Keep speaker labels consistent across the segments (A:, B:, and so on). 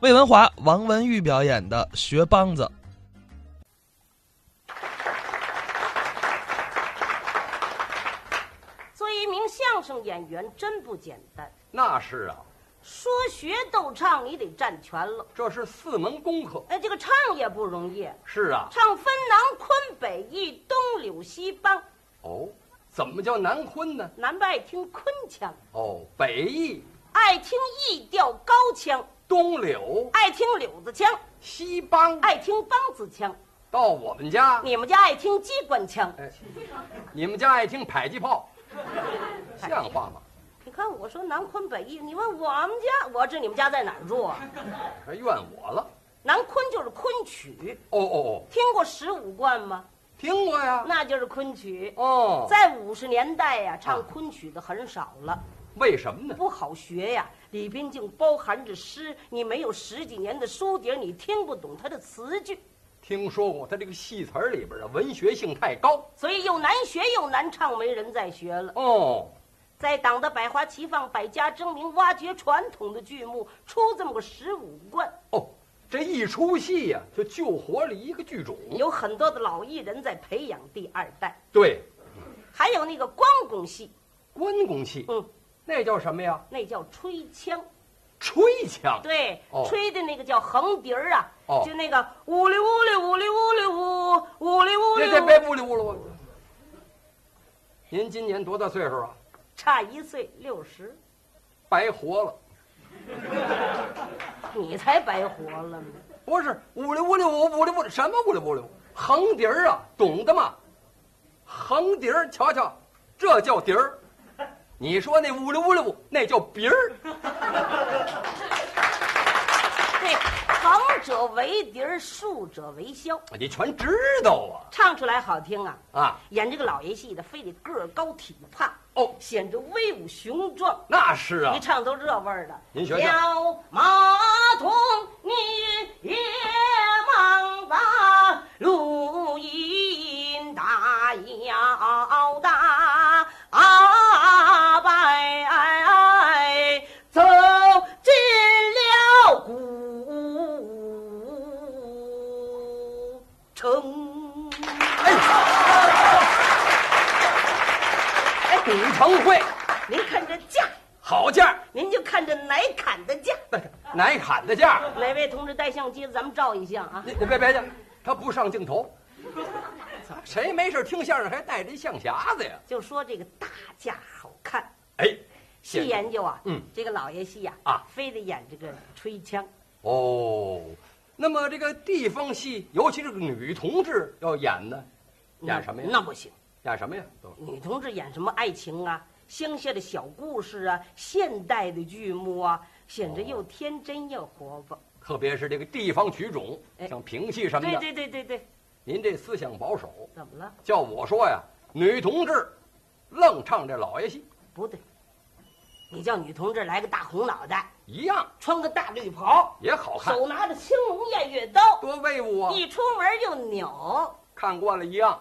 A: 魏文华、王文玉表演的《学梆子》。
B: 做一名相声演员真不简单，
C: 那是啊，
B: 说学逗唱你得占全了。
C: 这是四门功课。
B: 哎，这个唱也不容易，
C: 是啊，
B: 唱分南昆北弋东柳西梆，
C: 哦，怎么叫南昆呢？
B: 南边爱听昆腔，
C: 哦，北弋、
B: 爱听弋调高腔，
C: 东柳、
B: 爱听柳子腔，
C: 西梆。
B: 爱听梆子腔。
C: 到我们家，
B: 你们家爱听机关腔，
C: 哎，你们家爱听迫击炮，像话吗？
B: 你看我说南昆北弋，你问我们家，我知你们家在哪儿住啊？
C: 还怨我了？
B: 南昆就是昆曲，
C: 哦哦哦，
B: 听过十五贯吗？
C: 听过呀。
B: 那就是昆曲。
C: 哦，
B: 在五十年代呀、唱
C: 啊
B: 昆曲的很少了，
C: 为什么呢？
B: 不好学呀、里边竟包含着诗，你没有十几年的书底儿，你听不懂它的词句，
C: 听说过他这个戏词儿里边啊，文学性太高。
B: 所以又难学又难唱，没人再学了。
C: 哦，
B: 在党的百花齐放、百家争鸣、挖掘传统的剧目，出这么个十五贯，
C: 哦，这一出戏呀、就救活了一个剧种。
B: 有很多的老艺人在培养第二代，
C: 对，
B: 还有那个光棍戏，
C: 关公戏，
B: 嗯，
C: 那叫什么呀？
B: 那叫吹腔。
C: 吹腔。
B: 对，
C: 哦
B: 吹的那个叫横笛儿啊，
C: 哦
B: 就那个呜哩呜哩呜哩呜哩呜呜哩呜
C: 别
B: 哩
C: 别
B: 呜，
C: 别不溜了我。您今年多大岁数啊？
B: 差一岁六十，
C: 白活了。
B: 你才白活了呢。
C: 不是五溜五溜五五溜五溜什么五溜五溜？横笛儿啊，懂的吗？横笛儿，瞧瞧，这叫笛儿。你说那五溜五溜五，那叫鼻儿。
B: 对，横者为笛儿，竖者为箫，
C: 你全知道
B: 唱出来好听啊。
C: 啊啊！
B: 演这个老爷戏的，非得个儿高体胖，
C: 哦，
B: 显着威武雄壮。
C: 那是啊
B: 一，唱都这味儿的，
C: 您学学
B: 了马童你也忙吧，路引大摇大摆，走进了古城。
C: 哎，古城会
B: 您看这价，
C: 好价儿，哎
B: 您就看这奶砍的价。
C: 那是奶砍的价儿。
B: 哪位同志带相机，咱们照一相啊。
C: 你你别别去，他不上镜头。谁没事听相声还带着一象匣子呀？
B: 就说这个大架好看。
C: 哎，
B: 细
C: 眼
B: 研究啊，
C: 嗯，
B: 这个老爷戏呀、
C: 啊
B: 非得演这个吹腔。
C: 哦，那么这个地方戏，尤其是女同志要演呢，演什么呀？
B: 那不行，
C: 演什么呀？都
B: 女同志演什么爱情啊、乡下的小故事啊、现代的剧目啊，显得又天真又活泼。
C: 特别是这个地方曲种，
B: 哎
C: 像评戏什么
B: 对
C: 哦的。
B: 对对对对，
C: 您这思想保守，
B: 怎么了？
C: 叫我说呀，女同志愣唱这老爷戏
B: 不对，你叫女同志来个大红脑袋，
C: 一样
B: 穿个大绿袍，
C: 也好看，
B: 手拿着青龙偃月刀，
C: 多威武啊！
B: 一出门就扭。
C: 看惯了一样，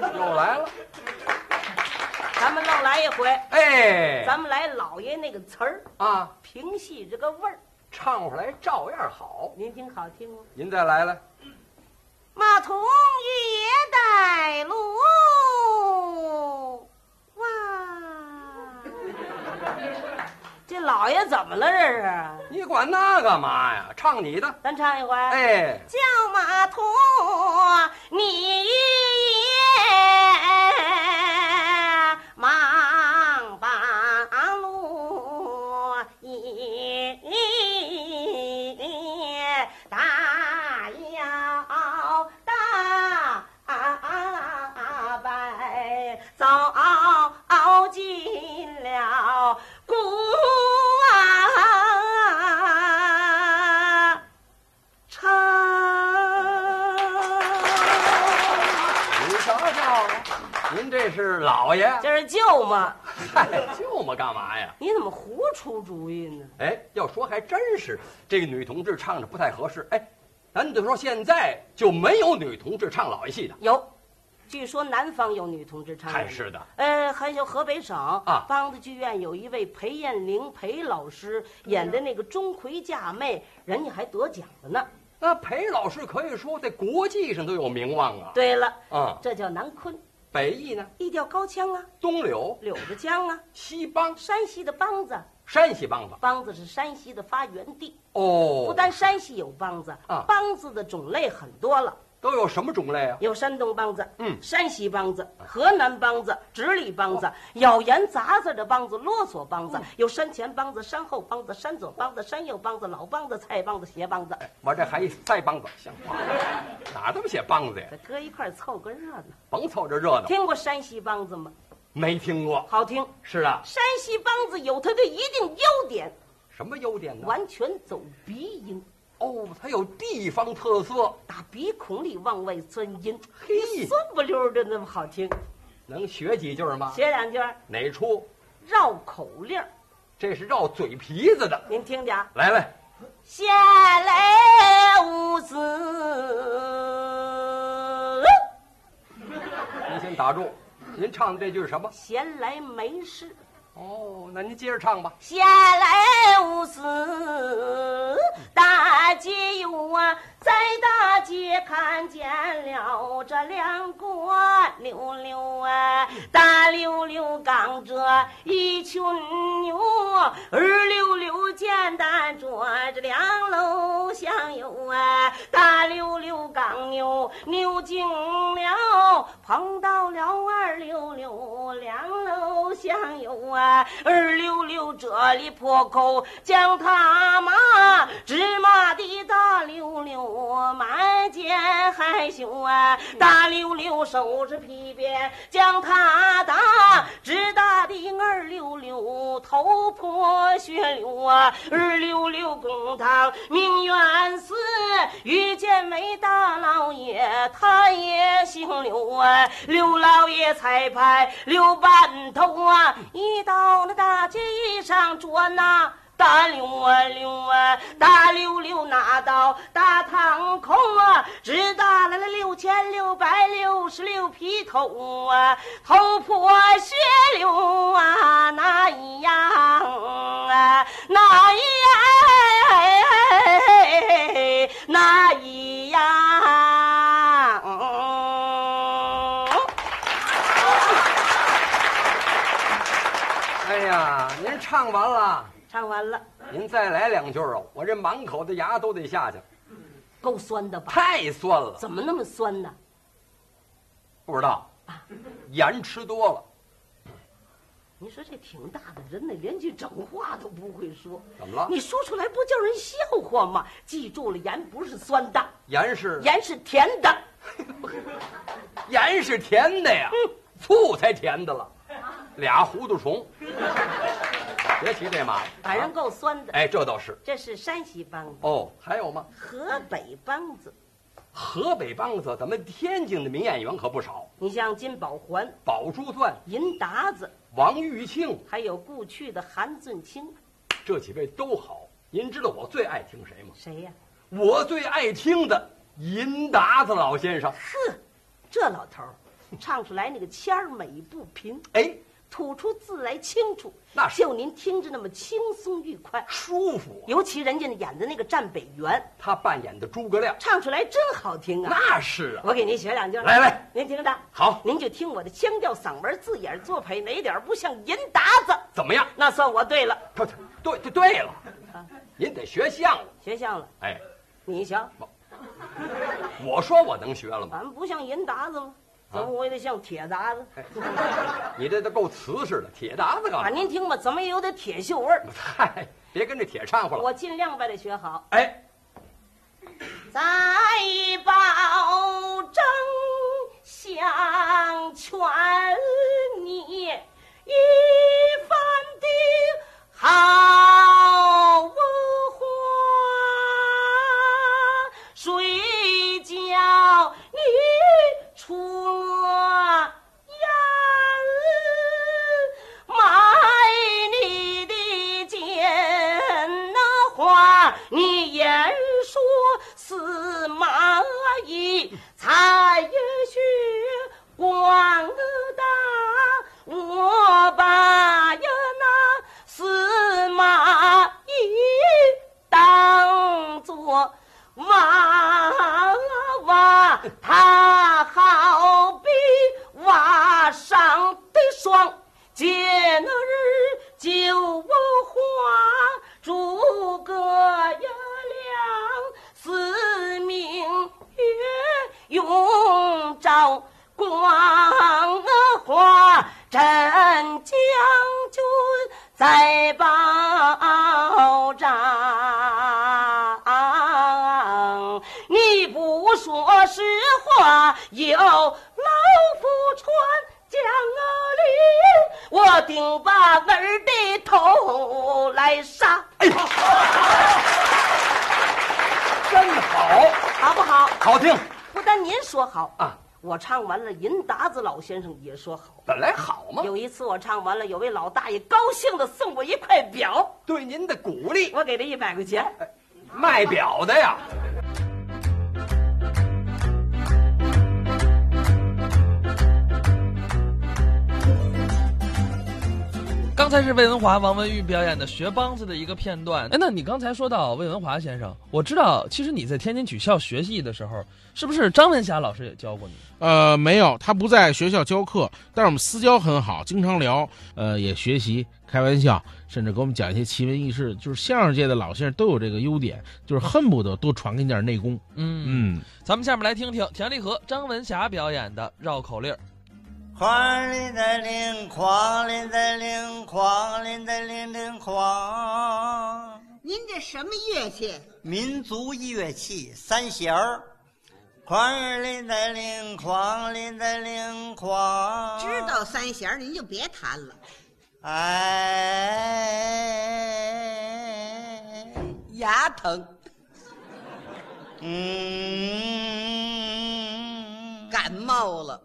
C: 又来了。
B: 咱们愣来一回，
C: 哎，
B: 咱们来老爷那个词儿，
C: 啊，
B: 评戏这个味儿，
C: 唱出来照样好。
B: 您听好听哦吗？
C: 您再来来，
B: 马童玉也带路，哇！ 这老爷怎么了？这是？
C: 你管那干嘛呀？唱你的。
B: 咱唱一回。，
C: 哎，
B: 叫马童你也忙把路也大摇大摆，走进了古啊。唱。
C: 你瞧瞧，您这是老爷，
B: 这是舅妈，
C: 嗨，舅妈干嘛呀？
B: 你怎么胡出主意呢？
C: 哎，要说还真是，这个女同志唱着不太合适。哎，咱就说现在就没有女同志唱老爷戏的，
B: 有，据说南方有女同志唱，
C: 还是的。
B: 呃，还有河北省
C: 啊
B: 梆子剧院有一位裴艳玲裴老师演的那个《钟馗嫁妹》，人家还得奖了呢。
C: 那裴老师可以说在国际上都有名望啊。
B: 对了，
C: 啊、
B: 这叫南昆，
C: 北艺呢，
B: 一调高腔啊，
C: 东柳、
B: 柳着腔啊，
C: 西梆、
B: 山西的梆子，
C: 山西梆子。
B: 梆子是山西的发源地，
C: 哦，
B: 不单山西有梆子，
C: 啊
B: 梆子的种类很多了，
C: 都有什么种类啊？
B: 有山东梆子，
C: 嗯哦
B: 山西梆子，河南梆子，直隶梆子，咬言杂字的梆子，啰嗦梆子，有山前梆子、山后梆子、山左梆子、山右梆子、老梆子、菜梆子、斜梆子，
C: 我这还一腮帮子，像话吗？哪儿这么些梆子呀？
B: 这搁一块儿凑个热闹。
C: 甭凑这热闹，
B: 听过山西梆子吗？
C: 没听过。
B: 好听。
C: 是啊，
B: 山西梆子有它的一定优点，
C: 什么优点呢？
B: 完全走鼻音，
C: 哦，它有地方特色，
B: 打鼻孔里往外钻音，
C: 嘿
B: 酸不溜儿的那么好听。
C: 能学几句吗？
B: 学两句儿
C: 哪出？
B: 绕口令儿，
C: 这是绕嘴皮子的。
B: 您听听啊。
C: 来来，
B: 下来无子，
C: 您先打住。您唱的这句是什么？
B: 闲来没事。
C: 哦，那您接着唱吧。
B: 下来无事，大街有啊，在大街看见了这两锅溜溜啊，大溜溜扛着一群牛，二溜溜肩担着这两篓香油啊，大溜溜扛牛牛进了，碰到了二溜溜两篓香油啊，二溜溜这里破口将他骂，直骂的大溜溜满肩害羞啊，大溜溜手持皮鞭将他打，直打的二溜溜头破血流啊，二溜溜公堂命冤死，遇见梅大老爷他也姓刘啊，刘老爷才派刘半头啊，一到那大街上捉拿。大溜啊溜啊，大溜溜拿到大堂空啊，只打来了六千六百六十六匹头啊，头破血流啊，那一样啊，那一样，那一样。
C: 哎呀，您唱完了，
B: 唱完了，
C: 您再来两句啊！我这满口的牙都得下去，
B: 够酸的吧？
C: 太酸了。
B: 怎么那么酸呢？
C: 不知道，盐吃多了，
B: 你说这挺大的人呢，连句整话都不会说，
C: 怎么了
B: 你说出来不叫人笑话吗？记住了，盐不是酸的，
C: 盐是
B: 盐是甜的。
C: 盐是甜的呀，醋才甜的了，俩糊涂虫，别提这麻
B: 反
C: 烦
B: 正
C: 啊。
B: 够酸的。
C: 哎，这倒是。
B: 这是山西梆子，
C: 哦，还有吗？
B: 河北梆子。
C: 河北梆子，咱们天津的名演员可不少，
B: 你像金宝环、
C: 宝珠钻、
B: 银达子，
C: 王玉庆
B: 还有故去的韩俊清，
C: 这几位都好。您知道我最爱听谁吗？
B: 谁呀、
C: 我最爱听的银达子老先生。
B: 呵，这老头儿唱出来那个腔儿美不平，
C: 哎，
B: 吐出字来清楚，
C: 那是
B: 就您听着那么轻松愉快。
C: 舒服啊！
B: 尤其人家演的那个《战北原》，
C: 他扮演的诸葛亮，
B: 唱出来真好听啊！
C: 那是啊。
B: 我给您学两句，
C: 来来，
B: 您听着，
C: 好，
B: 您就听我的腔调、嗓门、字眼、作陪，哪点儿不像银达子，
C: 怎么样？
B: 那算我对了。
C: 对对对对了
B: 啊，
C: 您得学相声。
B: 学像了，
C: 哎，
B: 你行，
C: 我说我能学了吗？
B: 咱们不像银达子吗？
C: 啊
B: 怎么我也得像铁达子？
C: 哎你这都够瓷实的，铁达子
B: 啊，
C: 干嘛？
B: 您听吧，怎么也有点铁锈味儿。
C: 嗨，别跟这铁掺和了。
B: 我尽量把它学好。
C: 哎，
B: 再保证相劝你一番的好文化，谁叫你出了烟买你的剑那花，你言说司马懿才也许。咣当，我把呀那司马懿当作娃娃， 他好比瓦上的霜，见儿就化诸葛呀亮，四明月永照光华， 真将军在保障。你不说实话，有老不穿江里，啊我定把儿的头来杀，
C: 哎呀，真好，
B: 好不好？
C: 好听
B: 不但您说好，
C: 啊！
B: 我唱完了，银达子老先生也说好。
C: 本来好嘛，
B: 有一次我唱完了，有位老大爷高兴的送我一块表，
C: 对您的鼓励，
B: 我给他一百块钱。
C: 卖表的呀。
A: 刚才是魏文华、王文玉表演的学梆子的一个片段。哎，那你刚才说到魏文华先生，我知道，其实你在天津曲校学艺的时候，是不是张文霞老师也教过你？
D: 呃，没有，他不在学校教课，但是我们私交很好，经常聊，呃，也学习、开玩笑，甚至给我们讲一些奇闻异事。就是相声界的老先生都有这个优点，就是恨不得多传给你点内功。
A: 嗯，
D: 嗯，
A: 咱们下面来听听田立和、张文霞表演的绕口令儿。
E: 哐哩的铃，哐哩的铃，哐哩的铃铃哐。
F: 您这什么乐器？
E: 民族乐器三弦儿，哐哩的铃，哐哩的铃哐。
F: 知。道三弦儿您就别弹了。
E: 哎，
F: 牙疼，
E: 嗯，
F: 感冒了，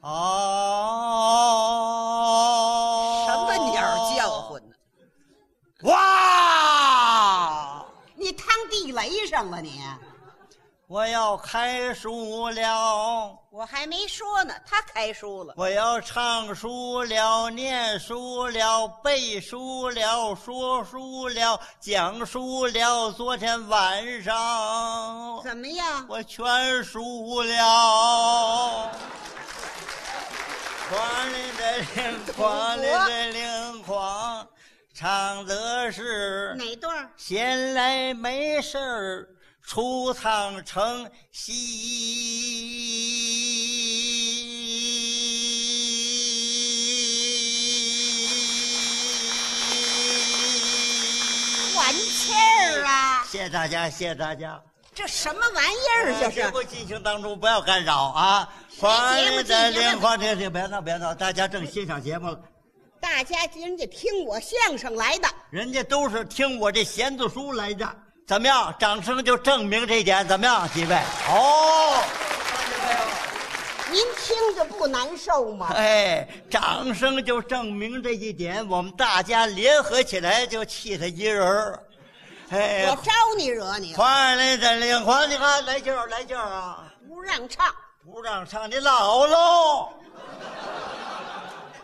E: 哦，
F: 什么鸟儿叫？唤呢？
E: 哇！
F: 你趟地雷上了你？啊
E: 我要开书了，
F: 我还没说呢，他开书了。
E: 我要唱书了，念书了，背书了，说书了，讲书了。昨天晚上
F: 怎么样？
E: 我全输了。狂里的铃，狂里的铃，狂，唱的是
F: 哪段儿？
E: 闲来没事儿出趟城西。
F: 换气儿啊！
E: 谢谢大家，谢谢大家。
F: 这什么玩意儿？这
E: 节
F: 是
E: 目进行当中不要干扰啊！黄
F: 节目进行
E: 的
F: 的
E: 莲花，停停，别闹别闹，大家正欣赏节目了。
F: 大家今儿得听我相声来的，
E: 人家都是听我这弦子书来的，怎么样？掌声就证明这一点，怎么样？几位？哦，
F: 您听着不难受吗？
E: 哎，掌声就证明这一点，我们大家联合起来就气他一人儿。哎
F: 我，招你惹你了？
E: 黄二来的领黄，你看来劲儿来劲儿啊！
F: 不让唱，
E: 不让唱，你老喽。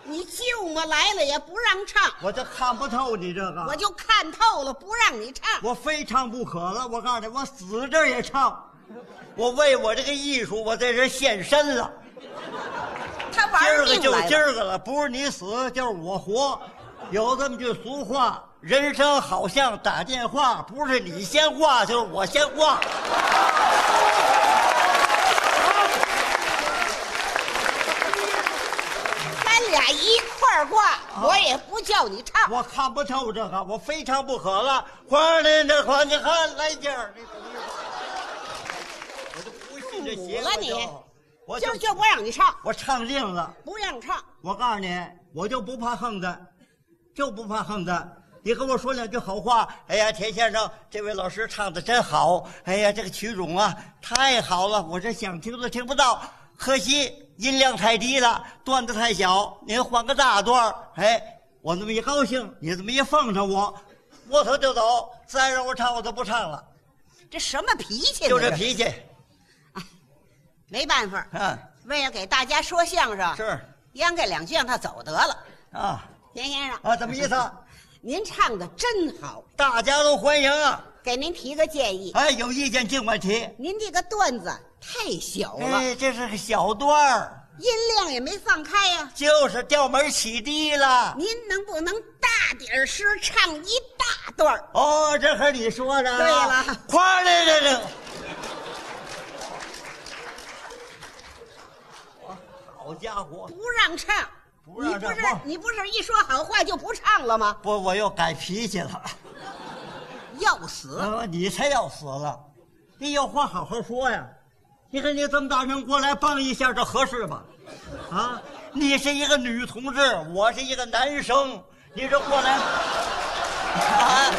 F: 你舅妈来了也不让唱，
E: 我这看不透你这个，
F: 我就看透了，不让你唱。
E: 我非唱不可了。我告诉你，我死这儿也唱。我为我这个艺术，我在这儿献身了。
F: 他
E: 今儿
F: 玩
E: 个
F: 命
E: 就
F: 来
E: 今
F: 了。
E: 儿个了，不是你死就是我活。有这么句俗话，人生好像打电话，不是你先挂就是我先挂。
F: 咱俩一块儿挂，我也不叫你唱。
E: 哦我看不透这个，我非唱不可了。花儿的花，你看来劲儿，你等一会儿 我就不信这邪
F: 母了你
E: 就我
F: 今
E: 就
F: 儿就不让你唱，
E: 我唱定了。
F: 不让唱，
E: 我告诉你，我就不怕横的，就不怕横的。你跟我说两句好话，哎呀，田先生，这位老师唱的真好，哎呀，这个曲种啊太好了，我这想听都听不到，可惜音量太低了，段子太小，您换个大段儿哎，我那么一高兴，你这么一奉承我，摸头就走，再让我唱我就不唱了，
F: 哎这什么脾气呢？
E: 就这脾气，
F: 没办法，
E: 嗯，
F: 为了给大家说相声，
E: 是
F: 秧歌两句让他走得了。
E: 啊
F: 田先生，
E: 啊，怎么意思？
F: 您唱的真好，
E: 大家都欢迎啊！
F: 给您提个建议，
E: 哎，有意见尽管提。
F: 您这个段子太小了，
E: 哎，这是个小段儿，
F: 音量也没放开呀、
E: 就是调门起地了。
F: 您能不能大点儿声唱一大段儿？
E: 哦，这可你说的啊。
F: 对了
E: 快来来来，好家伙！
F: 不让唱，
E: 不让唱
F: 你不
E: 不
F: 是你不是一说好话就不唱了吗？
E: 不，我又改脾气了。
F: 要死！
E: 啊，你才要死了！你有话好好说呀。你看你这么大人过来帮一下，这合适吗？啊，你是一个女同志，我是一个男生，你这过来，啊，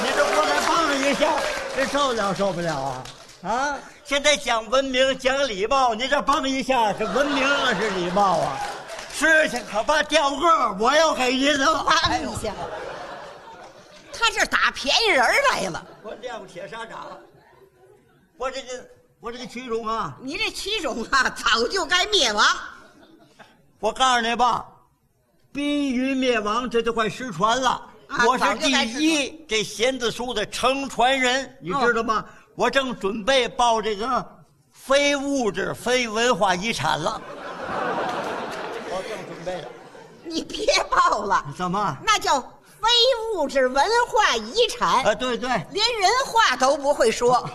E: 你这过来帮一下，这受不了受不了啊！啊，现在讲文明讲礼貌，你这帮一下是文明啊，是礼貌啊？事情可怕掉个儿，我要给您了。
F: 帮一
E: 哎
F: 下，他这打便宜人儿来了。
E: 我练过铁砂掌，我这个我这个曲种啊，
F: 你这七种啊，早就该灭亡。
E: 我告诉你吧，濒于灭亡，这就快失传了。
F: 啊
E: 我是
F: 早就
E: 第
F: 该失传哦
E: 一这弦子书的承传人，你知道吗？我正准备报这个非物质非文化遗产了。我正准备了，
F: 你别报了，
E: 怎么？
F: 那叫非物质文化遗产，
E: 啊，对对，
F: 连人话都不会说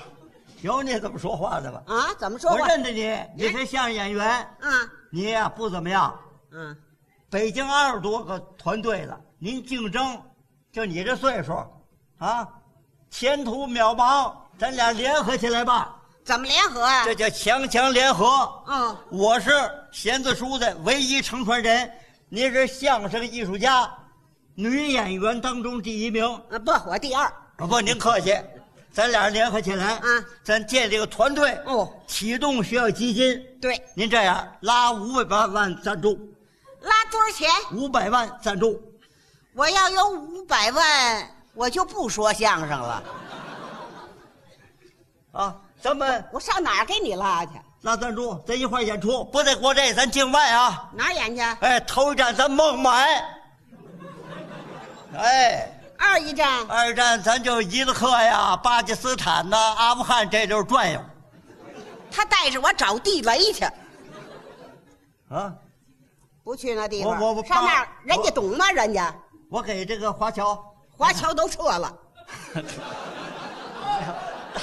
E: 有你怎么说话的吧？
F: 啊？怎么说哎
E: 我
F: 话？
E: 认得你，你是相声演员，
F: 啊，
E: 你呀、不怎么样。
F: 嗯，
E: 北京二十多个团队了，您竞争，就你这岁数，啊，前途渺茫，咱俩联合起来吧，
F: 怎么联合啊
E: 这？叫强强联合。
F: 嗯，
E: 我是弦子书的唯一承传人，您是相声艺术家，女演员当中第一名。
F: 啊不，我第二。
E: 啊不，您客气，咱俩联合起来，
F: 啊，
E: 咱建立个团队，
F: 哦，
E: 启动学校基金。
F: 对，
E: 您这样拉五百万赞助，
F: 拉多少钱？
E: 五百万赞助。
F: 我要有五百万，我就不说相声了。
E: 啊，咱们
F: 我上哪儿给你拉去？
E: 拉赞助，咱一块儿演出，不在国内，咱境外啊！
F: 哪儿演去？
E: 哎，头一站咱孟买，哎，
F: 二一站
E: 二站咱就伊拉克呀、巴基斯坦呐、阿富汗这溜转悠
F: 他带着我找地雷去，
E: 啊！
F: 不去那地方。
E: 我我我
F: 上那儿
E: 爸，
F: 人家懂吗？人家
E: 我给这个华侨
F: 华侨都撤了。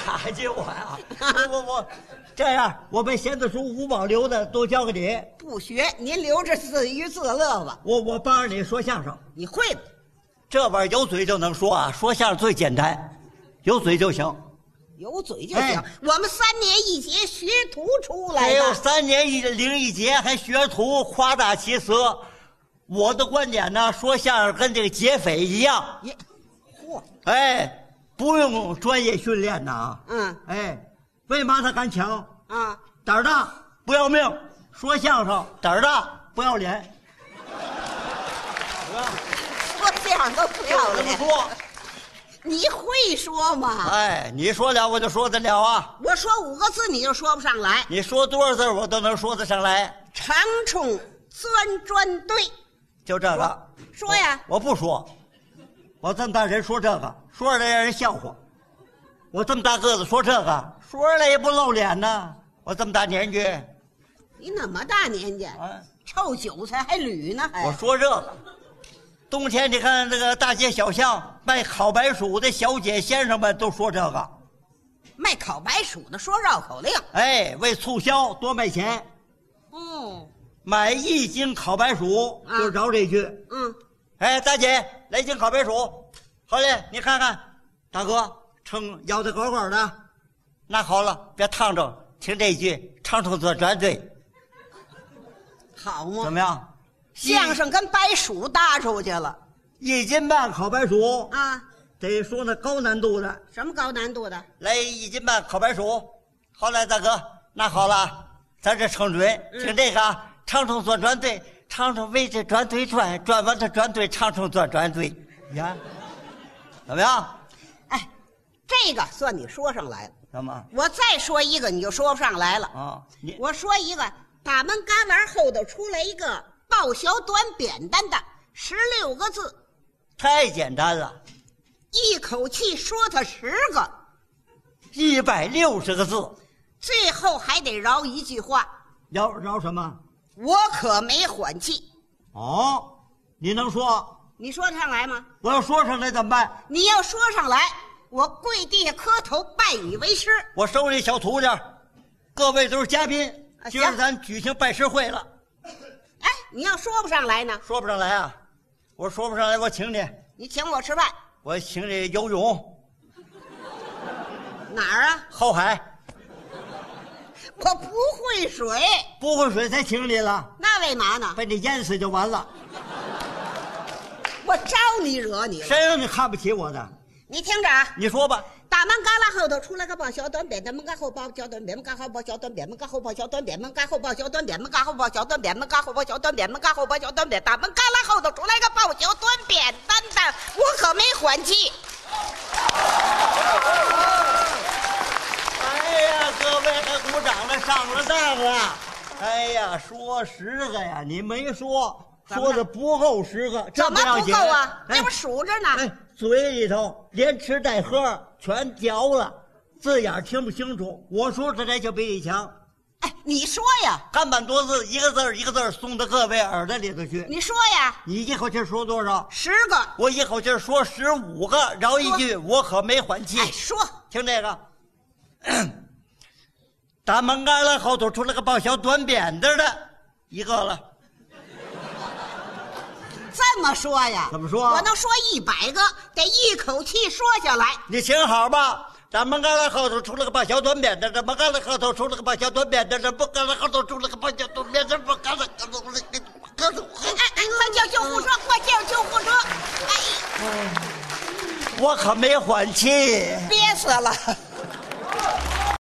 E: 打击我呀！我我我，这样我把弦子书无保留的都交给你，
F: 不学，您留着自娱自乐吧。
E: 我我帮着你说相声。
F: 你会吧？
E: 这玩意儿有嘴就能说啊，说相声最简单，有嘴就行。
F: 有嘴就行。
E: 哎
F: 我们三年一节学徒出来
E: 还有
F: 的，
E: 三年一零一节还学徒，夸大其词。我的观点呢，说相声跟这个劫匪一样，
F: 也嚯，
E: 哎，不用专业训练呐。
F: 嗯
E: 哎，为嘛他敢抢？
F: 啊，
E: 胆儿大，不要命。说相声胆儿大，不要脸。
F: 说相声都不
E: 就
F: 要
E: 哎我这么
F: 脸。啊
E: 说。
F: 你会说吗？
E: 哎，你说了我就说得了啊，
F: 我说五个字你就说不上来，
E: 你说多少字儿我都能说得上来，
F: 长虫钻砖堆。
E: 就这个。
F: 说呀，
E: 我不说，我这么大人说这个，说出来让人笑话。我这么大个子说这个，说出来也不露脸呐。我这么大年纪，
F: 哎你那么大年纪，
E: 哎
F: 臭韭菜还捋呢，还
E: 我说这个。冬天你看这个大街小巷卖烤白薯的小姐先生们都说这个，
F: 卖烤白薯的说绕口令。
E: 哎，为促销多卖钱，
F: 哦，
E: 买一斤烤白薯
F: 啊
E: 就饶这句。
F: 嗯，
E: 哎，大姐，来斤烤白薯。好嘞，你看看，大哥，称咬的高高的。那好了，别烫着，听这一句，长虫做转对，
F: 好
E: 怎
F: 嘛，
E: 么样？
F: 相声跟白薯搭出去了
E: 一斤半烤白薯，
F: 啊？
E: 得说那高难度的。
F: 什么高难度的？
E: 来一斤半烤白薯。好嘞，大哥，那好了，咱这称准，
F: 嗯
E: 听这个啊，长虫做转对，长虫围着转对转，转完了转对，长虫做转对。你看，怎么样？
F: 哎，这个算你说上来了。
E: 怎么？
F: 我再说一个，你就说不上来了。
E: 啊，你
F: 我说一个打门旮旯后头出来一个报小短扁担的，十六个字，
E: 太简单了，
F: 一口气说他十个，
E: 一百六十个字，
F: 最后还得饶一句话：
E: 饶饶什么？
F: 我可没缓气。
E: 哦，你能说？
F: 你说得上来吗？
E: 我要说上来怎么办？
F: 你要说上来，我跪地下磕头拜你为师。
E: 我收这小徒弟儿，各位都是嘉宾，
F: 啊
E: 今儿
F: 行
E: 咱举行拜师会了，
F: 哎，你要说不上来呢，
E: 说不上来啊。我说不上来，我请你，
F: 你请我吃饭，
E: 我请你游泳、
F: 哪儿啊？
E: 后海，
F: 我不会水，
E: 不会水才请你了，
F: 那为嘛呢？
E: 被你淹死就完了。
F: 我招你惹你了？
E: 谁让你看不起我的？
F: 你听着啊，
E: 你说吧，
F: 大门旮旯后头出来个抱小短扁担，门旮后抱小短扁，门旮后抱小短扁，门旮后抱小短扁，门旮后抱小短扁，门旮后抱小短扁，门旮后抱小短扁，门旮后抱小短扁，大门旮旯后头出来个抱小短扁担的，我可没缓气。
E: 哎呀，各位鼓掌了，上了当了！哎呀，说十个呀，你没说，
F: 怎么
E: 说
F: 了
E: 的不够十个，这
F: 怎么
E: 要
F: 不
E: 紧
F: 够啊？
E: 哎
F: 那不数着呢。
E: 哎，嘴里头连吃带喝全嚼了，字眼儿听不清楚。我说出来就比你强，
F: 哎，你说呀，
E: 看板多字，一个字儿一个字儿送到各位耳朵里头去。
F: 你说呀，
E: 你一口气儿说多少？
F: 十个，
E: 我一口气儿说十五个，饶一句，我可没缓气。
F: 哎，说
E: 听这个， 大门旮旯后头出来个抱小短扁担的，一个了。
F: 这么说呀？
E: 怎么说
F: 我能说一百个，得一口气说下来。
E: 你请好吧，大门旮旯后头出来个抱小短扁担的，门旮旯后头出来个抱小短扁担的，门旮旯后头出来个抱小短扁担的，门旮旯后头出来个抱小短
F: 哎哎哎，快叫救护车！快叫救护车！哎，
E: 我可没缓气。
F: 憋死了！